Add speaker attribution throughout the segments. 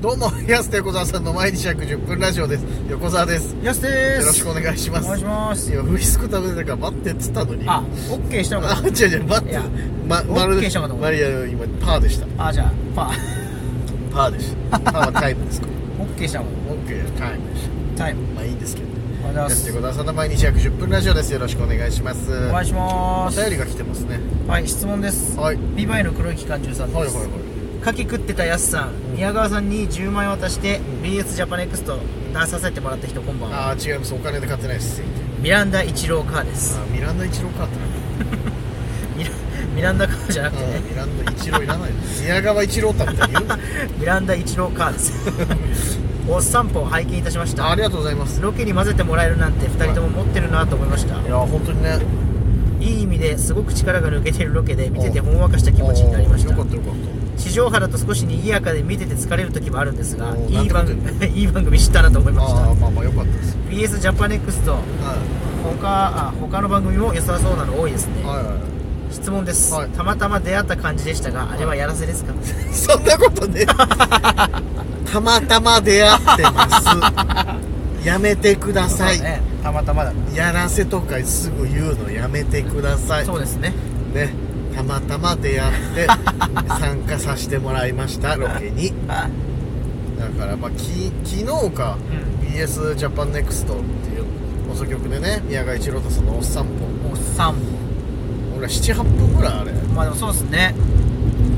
Speaker 1: どうも、安手横澤さんの毎日約10分ラジオです。横澤です。よ
Speaker 2: やすで
Speaker 1: ろ
Speaker 2: す
Speaker 1: しくお願いしま
Speaker 2: お願い
Speaker 1: す。
Speaker 2: します
Speaker 1: 今、フリスク食べてたから待ってっつったのに。
Speaker 2: あオッケーしたの
Speaker 1: あ
Speaker 2: か
Speaker 1: 違う違う、待っ
Speaker 2: い
Speaker 1: て
Speaker 2: や。
Speaker 1: ま、
Speaker 2: オッケー
Speaker 1: まるで
Speaker 2: したかと思った
Speaker 1: マリアの今、パーでした。
Speaker 2: あじゃあパー
Speaker 1: パーでした。パーはタイムですか。
Speaker 2: オッケーしたのか
Speaker 1: オッケー、タイムでした。
Speaker 2: タイム
Speaker 1: まあいいんですけどね。
Speaker 2: おはようございま
Speaker 1: 安手
Speaker 2: す
Speaker 1: 横澤さんの毎日約10分ラジオです。よろしくお願いします。
Speaker 2: お願いし
Speaker 1: お
Speaker 2: ます
Speaker 1: 便りが来てますね。
Speaker 2: はい質問です
Speaker 1: はい。
Speaker 2: ビバイの黒い機関銃さん
Speaker 1: はいは
Speaker 2: で
Speaker 1: い
Speaker 2: す
Speaker 1: はい。
Speaker 2: かき食ってたやすさん宮川さんに10万円渡して BS ジャパネクスト出させてもらった人こんばんは
Speaker 1: あー、違います。お金で買ってないです。
Speaker 2: ミランダ一郎カーです
Speaker 1: あーミランダ一郎かってな
Speaker 2: ミラミランダカーじゃなくて
Speaker 1: あ
Speaker 2: ね
Speaker 1: ーミランダ一郎いらないです。宮川一郎太みたいに言 う
Speaker 2: ミランダ一郎カーです お散歩を拝見いたしまし
Speaker 1: ああ
Speaker 2: た
Speaker 1: りがとうございます
Speaker 2: ロケに混ぜてもらえるなんて2人とも持ってるなと思いました
Speaker 1: いや本当にね
Speaker 2: いい意味ですごく力が抜けてるロケで見ててほんわかした気持ちになりまし
Speaker 1: よ
Speaker 2: た
Speaker 1: かったよかっ
Speaker 2: 地上波だと少し賑やかで見てて疲れる時もあるんですが
Speaker 1: おー
Speaker 2: いい
Speaker 1: なん
Speaker 2: 番
Speaker 1: てこと
Speaker 2: いい番組知ったなと思い
Speaker 1: た
Speaker 2: まし
Speaker 1: ああ
Speaker 2: た
Speaker 1: ーまあまあよかったです
Speaker 2: BS ジャパネクスト
Speaker 1: は
Speaker 2: 他あ他の番組も良さそうなの多いですね
Speaker 1: いはいはいは
Speaker 2: 質問です、
Speaker 1: はい
Speaker 2: たまたま出会った感じでしたがあれはやらせですか
Speaker 1: いそんなことねたまたま出会ってますやめてください、
Speaker 2: そうねたまたまだな
Speaker 1: やらせとかすぐ言うのやめてください
Speaker 2: そうですね
Speaker 1: ねたまたま出会って参加させてもらいましたロケに
Speaker 2: あ
Speaker 1: だからまあき昨日か、
Speaker 2: う
Speaker 1: BS ジャパンネクストっていう放送局でね宮川一郎太さんのおっさんぽ
Speaker 2: おっさん
Speaker 1: 俺ら78分ぐらいあれ
Speaker 2: まあでもそうですね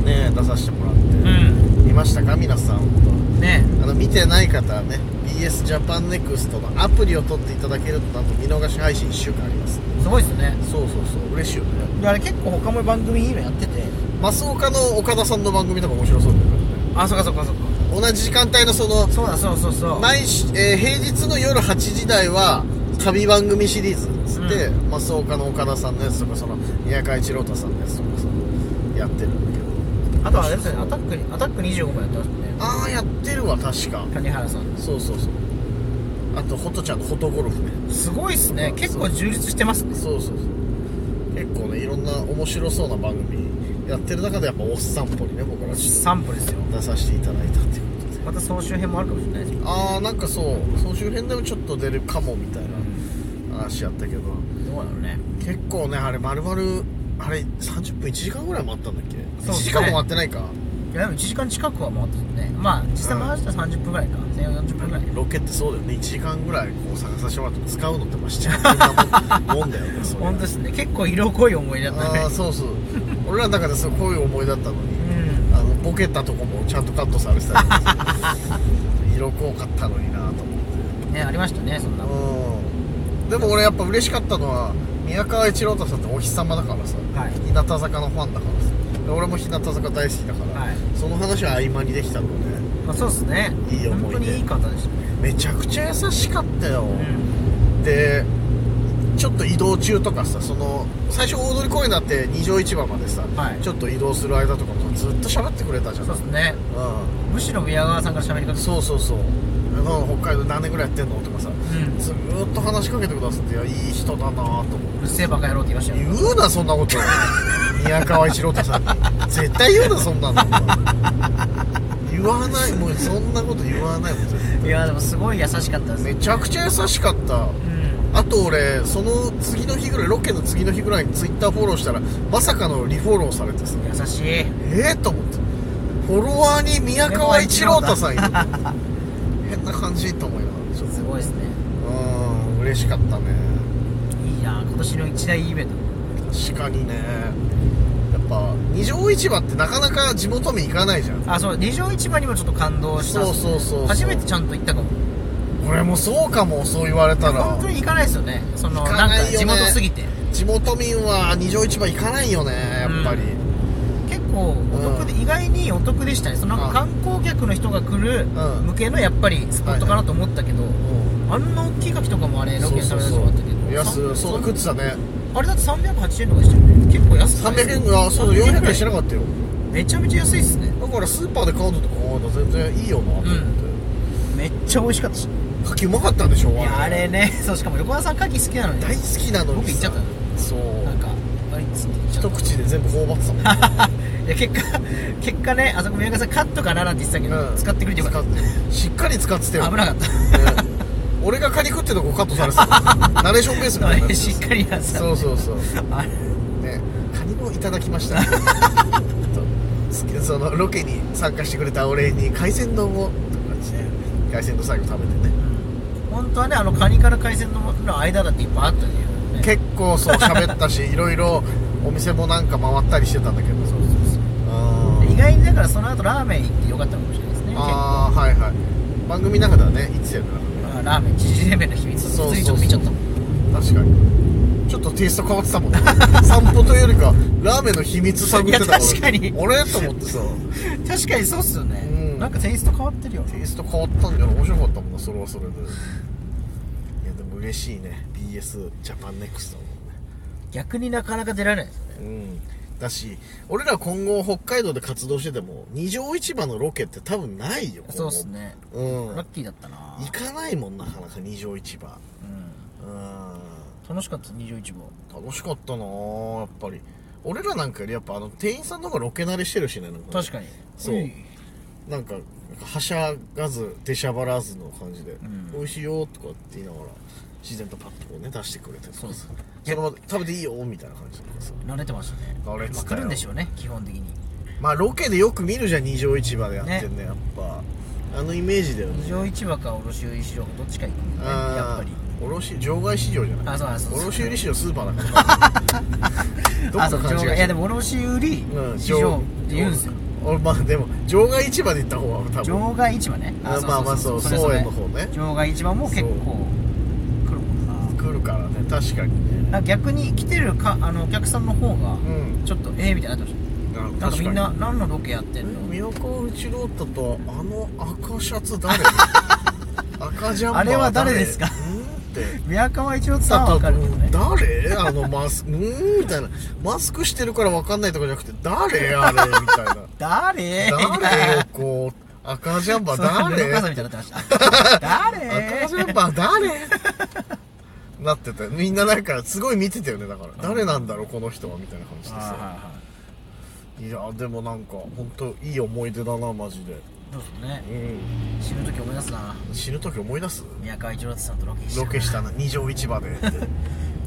Speaker 1: ね出させてもらって、
Speaker 2: うん
Speaker 1: 見ましたか皆さん本
Speaker 2: ね
Speaker 1: 当あの見てない方はね BS ジャパンネクストのアプリを取っていただけるとなんと見逃し配信1週間あります
Speaker 2: すごいですね
Speaker 1: そうそうそう嬉しいよね
Speaker 2: であれ結構他も番組いいのやってて
Speaker 1: 増岡の岡田さんの番組とか面白そうだよね
Speaker 2: あそうかそうかそうか
Speaker 1: 同じ時間帯のその
Speaker 2: そうだそうそうそう
Speaker 1: 毎週、えー平日の夜8時台は旅番組シリーズっつって、増岡の岡田さんのやつとかその宮川一郎太さんのやつとかさやってるんだけど
Speaker 2: あとはあれですよね、アタックに、アタック25もやってますもんね。
Speaker 1: ああやってるわ確か
Speaker 2: 谷原さん。
Speaker 1: そうそうそうあとホトちゃんのフォトゴルフね
Speaker 2: すごいっすね。
Speaker 1: そう
Speaker 2: 結構充実してますね。
Speaker 1: そうそうそう結構ねいろんな面白そうな番組やってる中でやっぱおっさんぽにね僕ら出
Speaker 2: 散歩ですよ。
Speaker 1: させていただいたっていうことで
Speaker 2: また総集編もあるかもしれないですけど。
Speaker 1: ああなんかそう総集編でもちょっと出るかもみたいな話やったけど
Speaker 2: どうなのね。
Speaker 1: 結構ねあれ丸々あれ30分1時間ぐらい待ったんだっけ、
Speaker 2: そ
Speaker 1: 1
Speaker 2: うですね
Speaker 1: 時間も待ってないか
Speaker 2: いや、でも1時間近くは回ってたね。まあ、実際回したら30分ぐらいか。40分ぐらい。
Speaker 1: ロケってそうだよね1時間ぐらいこう探させてもらって使うのってまあ78分なもんもんだよねそれ
Speaker 2: ほんとですね。結構色濃い思い出だった
Speaker 1: ああ
Speaker 2: ね。
Speaker 1: そうそう俺らの中ですごい思いだったのに
Speaker 2: うん。
Speaker 1: あのボケたとこもちゃんとカットされてたりとか色濃かったのになと
Speaker 2: ね、ありましたね、そんな。は
Speaker 1: 思ってうんでも俺やっぱ嬉しかったのは宮川一郎太さんってお日様だからさ
Speaker 2: い。
Speaker 1: 日向坂のファンだからさで俺も日向坂大好きだから、
Speaker 2: はい
Speaker 1: その話は合間にできたので
Speaker 2: まあ、そうっすね。
Speaker 1: いい思い出
Speaker 2: 本当にいい方でしたね。
Speaker 1: めちゃくちゃ優しかったよ、
Speaker 2: うん。
Speaker 1: でちょっと移動中とかさその最初大通公園だって二条市場までさ、
Speaker 2: はい
Speaker 1: ちょっと移動する間とかもずっと喋ってくれたじゃん
Speaker 2: そうっすね。
Speaker 1: う
Speaker 2: むしろ宮川さんから喋り方
Speaker 1: ん、そうそうそうあの北海道何年ぐらいやってんのとかさ
Speaker 2: うん。
Speaker 1: ずーっと話しかけてくださっていやいい人だなぁと思って
Speaker 2: うっせえバカ野郎って言いましたよ。
Speaker 1: 言うなそんなこと宮川一郎太さんに絶対言うなそんなの言わないもうそんなこと言わないもん絶対
Speaker 2: いや、でもすごい優しかったですね。
Speaker 1: めちゃくちゃ優しかった
Speaker 2: うん。
Speaker 1: あと俺その次の日ぐらいロケの次の日ぐらいにツイッターフォローしたらまさかのリフォローされてさ
Speaker 2: 優しい
Speaker 1: えー、と思ってフォロワーに宮川一郎太さんいる変な感じと思いながらちょっと
Speaker 2: すごいですね
Speaker 1: うん嬉しかったね
Speaker 2: いいな今年の一大イベント
Speaker 1: 確かにねやっぱ二条市場ってなかなか地元民行かないじゃん
Speaker 2: あそう二条市場にもちょっと感動した
Speaker 1: そうそうそうそう
Speaker 2: 初めてちゃんと行ったかも
Speaker 1: 俺もそうかもそう言われたら
Speaker 2: 本当に行かないですよねその
Speaker 1: 行
Speaker 2: な
Speaker 1: か
Speaker 2: ん
Speaker 1: ないよ
Speaker 2: か
Speaker 1: ね
Speaker 2: 地元すぎて
Speaker 1: 地元民は二条市場行かないよねやっぱり、
Speaker 2: 結構お得で、意外にお得でしたねそのなん
Speaker 1: あ
Speaker 2: か観光客の人が来
Speaker 1: う
Speaker 2: る
Speaker 1: ん
Speaker 2: 向けのやっぱりスポットかなと思ったけど、
Speaker 1: うん
Speaker 2: あんな大きい柿とかもあれ
Speaker 1: そ
Speaker 2: ロケ
Speaker 1: う
Speaker 2: で食
Speaker 1: そう
Speaker 2: べ
Speaker 1: そう
Speaker 2: させてもらったけど
Speaker 1: いやすそうだ食ってたね
Speaker 2: あれだって380円とかでしたよね結構安くない
Speaker 1: 300円あそうだ400円してなかったよ
Speaker 2: めちゃめちゃ安いっすね
Speaker 1: だからスーパーで買うのとか考えたら全然いいよなと思って、
Speaker 2: めっちゃ美味しかったしい
Speaker 1: 柿うまかったんでしょい
Speaker 2: やあれねそうしかも横田さん柿好きなのに
Speaker 1: 大好きなのに
Speaker 2: 僕行っちゃった
Speaker 1: そう
Speaker 2: なんかあれつって言っちゃ
Speaker 1: 一
Speaker 2: っ
Speaker 1: 口で全部頬張ってたもん
Speaker 2: たいや結果結果ねあそこ宮川さんカットかななんて言ってたけど、
Speaker 1: うん
Speaker 2: 使ってくれてよかっ
Speaker 1: しっかり使ってたよ
Speaker 2: た危なかった
Speaker 1: ね俺がカニ食ってとこカットされてた ナレーションベースみたいになって
Speaker 2: しっかりなさ
Speaker 1: そうそうそう
Speaker 2: あれ
Speaker 1: ねカニもいただきま したとそのロケに参加してくれたお礼に海鮮丼をとかして海鮮丼最後食べてね
Speaker 2: 本当はねあのカニから海鮮のの間だっていっぱいあったんだよね
Speaker 1: 結構そう喋った しいろいろお店もなんか回ったりしてたんだけど
Speaker 2: そうそうそう
Speaker 1: あー
Speaker 2: 意外にだからその後ラーメン行ってよかったかもしれないですね
Speaker 1: あーはいはい番組の中ではね言ってたよね
Speaker 2: 結構あラーメン縮れ麺の秘密
Speaker 1: そうそうそう
Speaker 2: 普通にちょっと見ちゃったもん
Speaker 1: 確かにちょっとテイスト変わってたもんね 散歩というよりかラーメンの秘密探ってたから
Speaker 2: いや確かに
Speaker 1: 俺と思ってさ
Speaker 2: 確かにそうっすよね、
Speaker 1: うん
Speaker 2: なんかテイスト変わってるよね
Speaker 1: テイスト変わったんじゃない面白かったもんなそれはそれでいやでも嬉しいね BS ジャパンネクストも
Speaker 2: 逆になかなか出られないですよね
Speaker 1: ねうんだし俺ら今後北海道で活動してても二条市場のロケって多分ないよ今後
Speaker 2: そうっすね
Speaker 1: うん
Speaker 2: ラッキーだったな
Speaker 1: 行かないもんなかなか二条市場
Speaker 2: うん
Speaker 1: うん
Speaker 2: 楽しかった21号
Speaker 1: 楽しかったなあやっぱり俺らなんかよりやっぱあの店員さんの方がロケ慣れしてるしねなんかね
Speaker 2: 確かに
Speaker 1: そうんなんかはしゃがず出しゃばらずの感じで、
Speaker 2: ん
Speaker 1: 美味しいよとかって言いながら自然とパッとこうね出してくれて
Speaker 2: そうです
Speaker 1: そのまま食べていいよみたいな感じでさ
Speaker 2: 慣れてましたね
Speaker 1: 慣れてたよ
Speaker 2: まあ来るんでしょうね基本的に
Speaker 1: まあロケでよく見るじゃん二条市場でやってんねやっぱあのイメージだよ
Speaker 2: 二
Speaker 1: ね
Speaker 2: 条市場か卸売市場かどっちか行くんだよねやっ
Speaker 1: あ
Speaker 2: ぱり
Speaker 1: あ卸場外市場じゃない
Speaker 2: あそうなんです
Speaker 1: 卸売市場スーパーだから ど
Speaker 2: あ
Speaker 1: こ
Speaker 2: そう
Speaker 1: か勘違いし
Speaker 2: 場
Speaker 1: て
Speaker 2: 外いやでも卸売
Speaker 1: うん
Speaker 2: 市場って言うんですよ
Speaker 1: 俺まあでも場外市場で行った方が多分
Speaker 2: 場外市場ね
Speaker 1: あまあまあそう
Speaker 2: れれ
Speaker 1: 総園の方ね
Speaker 2: 場外市場も結構来るもんな
Speaker 1: 来るからね確かにね
Speaker 2: なんか逆に来てるかあのお客さんの方が
Speaker 1: うん
Speaker 2: ちょっとええみたいになってまし
Speaker 1: 確
Speaker 2: たなんかみんな何のロケやってんの
Speaker 1: 宮川内郎太とあの赤シャツ 誰赤ジャンパー
Speaker 2: あれは誰ですか
Speaker 1: んって
Speaker 2: 宮川一郎さんは分かるけどね
Speaker 1: 誰あのマスクうんみたいなマスクしてるから分かんないとかじゃなくて誰あれみたい な
Speaker 2: 誰
Speaker 1: 誰よこう赤ジャンパー誰
Speaker 2: お母さんみたいになって ました
Speaker 1: 赤
Speaker 2: 誰
Speaker 1: ジャンパー誰なってたよみんななんかすごい見てたよねだから誰なんだろうこの人はみたいな感じで
Speaker 2: はいはい
Speaker 1: さ
Speaker 2: はい
Speaker 1: やでもなんか本当いい思い出だなマジで
Speaker 2: いどうするね
Speaker 1: うん
Speaker 2: 死ぬ時思い出すな
Speaker 1: 死ぬ時思い出す
Speaker 2: 宮川一郎さんとロケして
Speaker 1: ロケしたな二条市場 で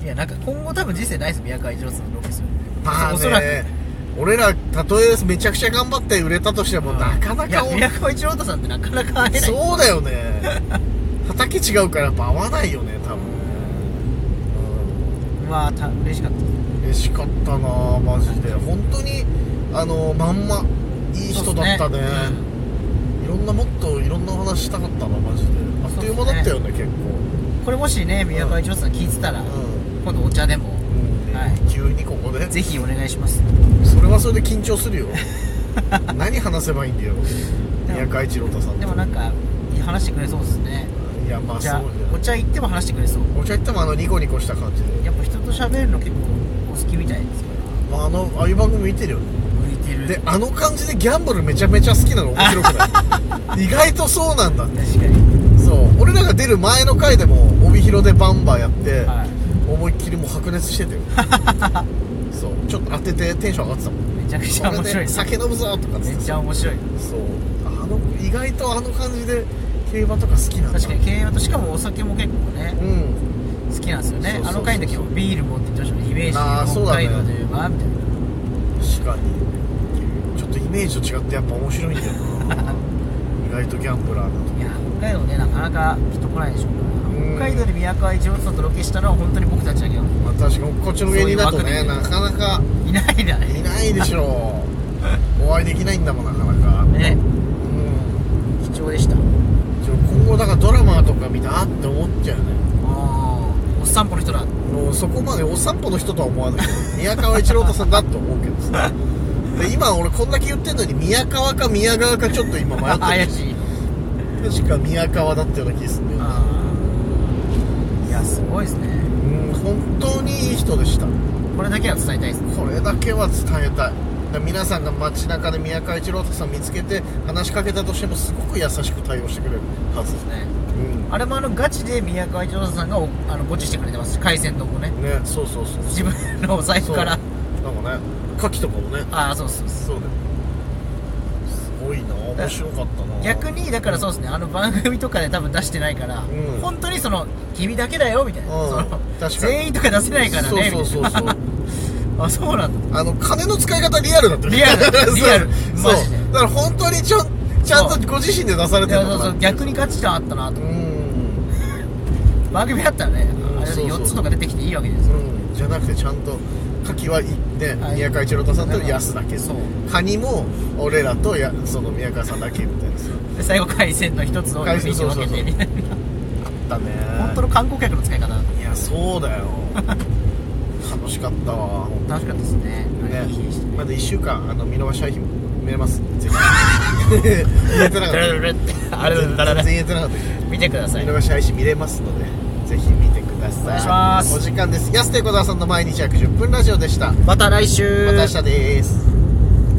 Speaker 2: いやなんか今後多分人生ないです宮川一郎さんのロケする
Speaker 1: まあ
Speaker 2: おそらく
Speaker 1: ね俺らたとえめちゃくちゃ頑張って売れたとしてもなかない
Speaker 2: や
Speaker 1: かお
Speaker 2: 宮川一郎太さんってなかなか会えない
Speaker 1: そうだよね畑違うからやっぱ合わないよね多分
Speaker 2: まあた嬉しかった
Speaker 1: うん嬉しかったなマジで本当にあのまんまいい人だったね
Speaker 2: そうっすね
Speaker 1: いろんなもっといろんなお話したかったなマジであっという間だったよね結構
Speaker 2: これもしね宮川一郎さん聞いてたら、今度お茶でも
Speaker 1: うん、
Speaker 2: はい
Speaker 1: 急にここで
Speaker 2: ぜひお願いします
Speaker 1: それはそれで緊張 するよ何話せばいいんだよ宮川一郎太さんと
Speaker 2: でもなんか話してくれそうですね
Speaker 1: いやまあ
Speaker 2: じ
Speaker 1: そう
Speaker 2: ゃあ
Speaker 1: じゃ
Speaker 2: お
Speaker 1: ん
Speaker 2: 茶行っても話してくれそう
Speaker 1: お茶行ってもあのニコニコした感じで
Speaker 2: やっぱ人と喋るの結構お好きみたいですから
Speaker 1: まああのああいう番組見てるよね
Speaker 2: 向いてる
Speaker 1: であの感じでギャンブルめちゃめちゃ好きなの面白くない 意外とそうなんだ
Speaker 2: 確かに
Speaker 1: そう俺らが出る前の回でも帯広でバンバンやって、
Speaker 2: はい
Speaker 1: 思いっきりもう白熱してた よそうちょっと当ててテンション上がってたもん
Speaker 2: めちゃくちゃ面白い
Speaker 1: これで酒飲むぞとかっつ
Speaker 2: め
Speaker 1: っ
Speaker 2: ってちゃ面白い
Speaker 1: そうあの意外とあの感じで競馬とか好きなんだ
Speaker 2: 確かに経営はとしかもお酒も結構ね
Speaker 1: うん
Speaker 2: 好きなんですよ
Speaker 1: そう
Speaker 2: ね
Speaker 1: そうそう
Speaker 2: あの回の時もビール持って行ってましたもんイメージ
Speaker 1: あーそう
Speaker 2: 北
Speaker 1: だね
Speaker 2: 海道というかみたいな
Speaker 1: 確かにちょっとイメージと違ってやっぱ面白いんだよ な意外とギャンブラーだと
Speaker 2: いや北海道ねなかなか人来ないでしょうから
Speaker 1: うん
Speaker 2: 北海道で宮川一郎さんとロケしたのは本当に僕たちだけど
Speaker 1: まあ確かにこっちの芸人だとね
Speaker 2: そういう
Speaker 1: な
Speaker 2: 枠
Speaker 1: かなか
Speaker 2: いないだね
Speaker 1: いないでしょ うお会いできないんだもんなかなか
Speaker 2: ね
Speaker 1: うん
Speaker 2: 貴重でし
Speaker 1: ち
Speaker 2: た
Speaker 1: ょ今後だからドラマとか見てあって思っちゃうよね
Speaker 2: ああおっさんぽの人だ
Speaker 1: もうそこまでお散歩の人とは思わないけど宮川一郎太さんだと思うけどさで今俺こんだけ言ってんのに宮川か宮川かちょっと今迷って
Speaker 2: 怪
Speaker 1: る
Speaker 2: しい
Speaker 1: 確か宮川だったような気がするんだよね
Speaker 2: あーいやすごいですね
Speaker 1: うん本当にいい人でした
Speaker 2: これだけは伝えたいです
Speaker 1: これだけは伝えたいだから皆さんが街中で宮川一郎太さん見つけて話しかけたとしてもすごく優しく対応してくれるはず、
Speaker 2: ね
Speaker 1: う
Speaker 2: あれもあのガチで宮川一郎さんがおあのゴチしてくれてます海鮮丼もね
Speaker 1: ん、ねそうそうそう
Speaker 2: 自分のお財布
Speaker 1: そう
Speaker 2: から
Speaker 1: なんかねカキとかもね
Speaker 2: ああそうそうそう
Speaker 1: そうだよすごいな面白かったな
Speaker 2: 逆にだからそうですね、あの番組とかで多分出してないから、
Speaker 1: うん
Speaker 2: 本当にその君だけだよみたいな、
Speaker 1: うん
Speaker 2: その
Speaker 1: 確かに
Speaker 2: 全員とか出せないからねみたいな
Speaker 1: そうそうそうそう
Speaker 2: あそうなんだ
Speaker 1: あの金の使い方リアルだったね
Speaker 2: リアル
Speaker 1: そう
Speaker 2: リアル
Speaker 1: そう
Speaker 2: マジで
Speaker 1: だから本当にちょちゃんとご自身で出され
Speaker 2: い
Speaker 1: てる
Speaker 2: や
Speaker 1: の
Speaker 2: そ
Speaker 1: か
Speaker 2: う
Speaker 1: な
Speaker 2: そう逆に価値観あったなと
Speaker 1: うん
Speaker 2: 番組あったらね、
Speaker 1: うん
Speaker 2: あれで
Speaker 1: そうそう
Speaker 2: 4つとか出てきていいわけですよ
Speaker 1: うんじゃなくてちゃんとカキはいね
Speaker 2: はい
Speaker 1: 宮川一郎太さんと安だけ
Speaker 2: そう
Speaker 1: カニも俺らとやその宮川さんだけみたいなさ
Speaker 2: で最後海鮮の1つを
Speaker 1: 海
Speaker 2: 4
Speaker 1: 鮮
Speaker 2: つに分けてみたいな
Speaker 1: だね
Speaker 2: 本当の観光客の使い方楽
Speaker 1: いやそうだよ楽しかったわ本
Speaker 2: しかったですね
Speaker 1: 当に
Speaker 2: あ
Speaker 1: ね
Speaker 2: れいい日でしたね
Speaker 1: まだ1週間あの見逃し配信見れますぜひ言えてなかっ
Speaker 2: ダラダラってあれだダラダ
Speaker 1: た全然言え
Speaker 2: ラ
Speaker 1: てなかったけど
Speaker 2: 見てください
Speaker 1: 見逃し配信見れますのでぜひ見てください
Speaker 2: お願いします
Speaker 1: お時間です安手小沢さんの毎日約10分ラジオでしたま
Speaker 2: また来週
Speaker 1: た明日です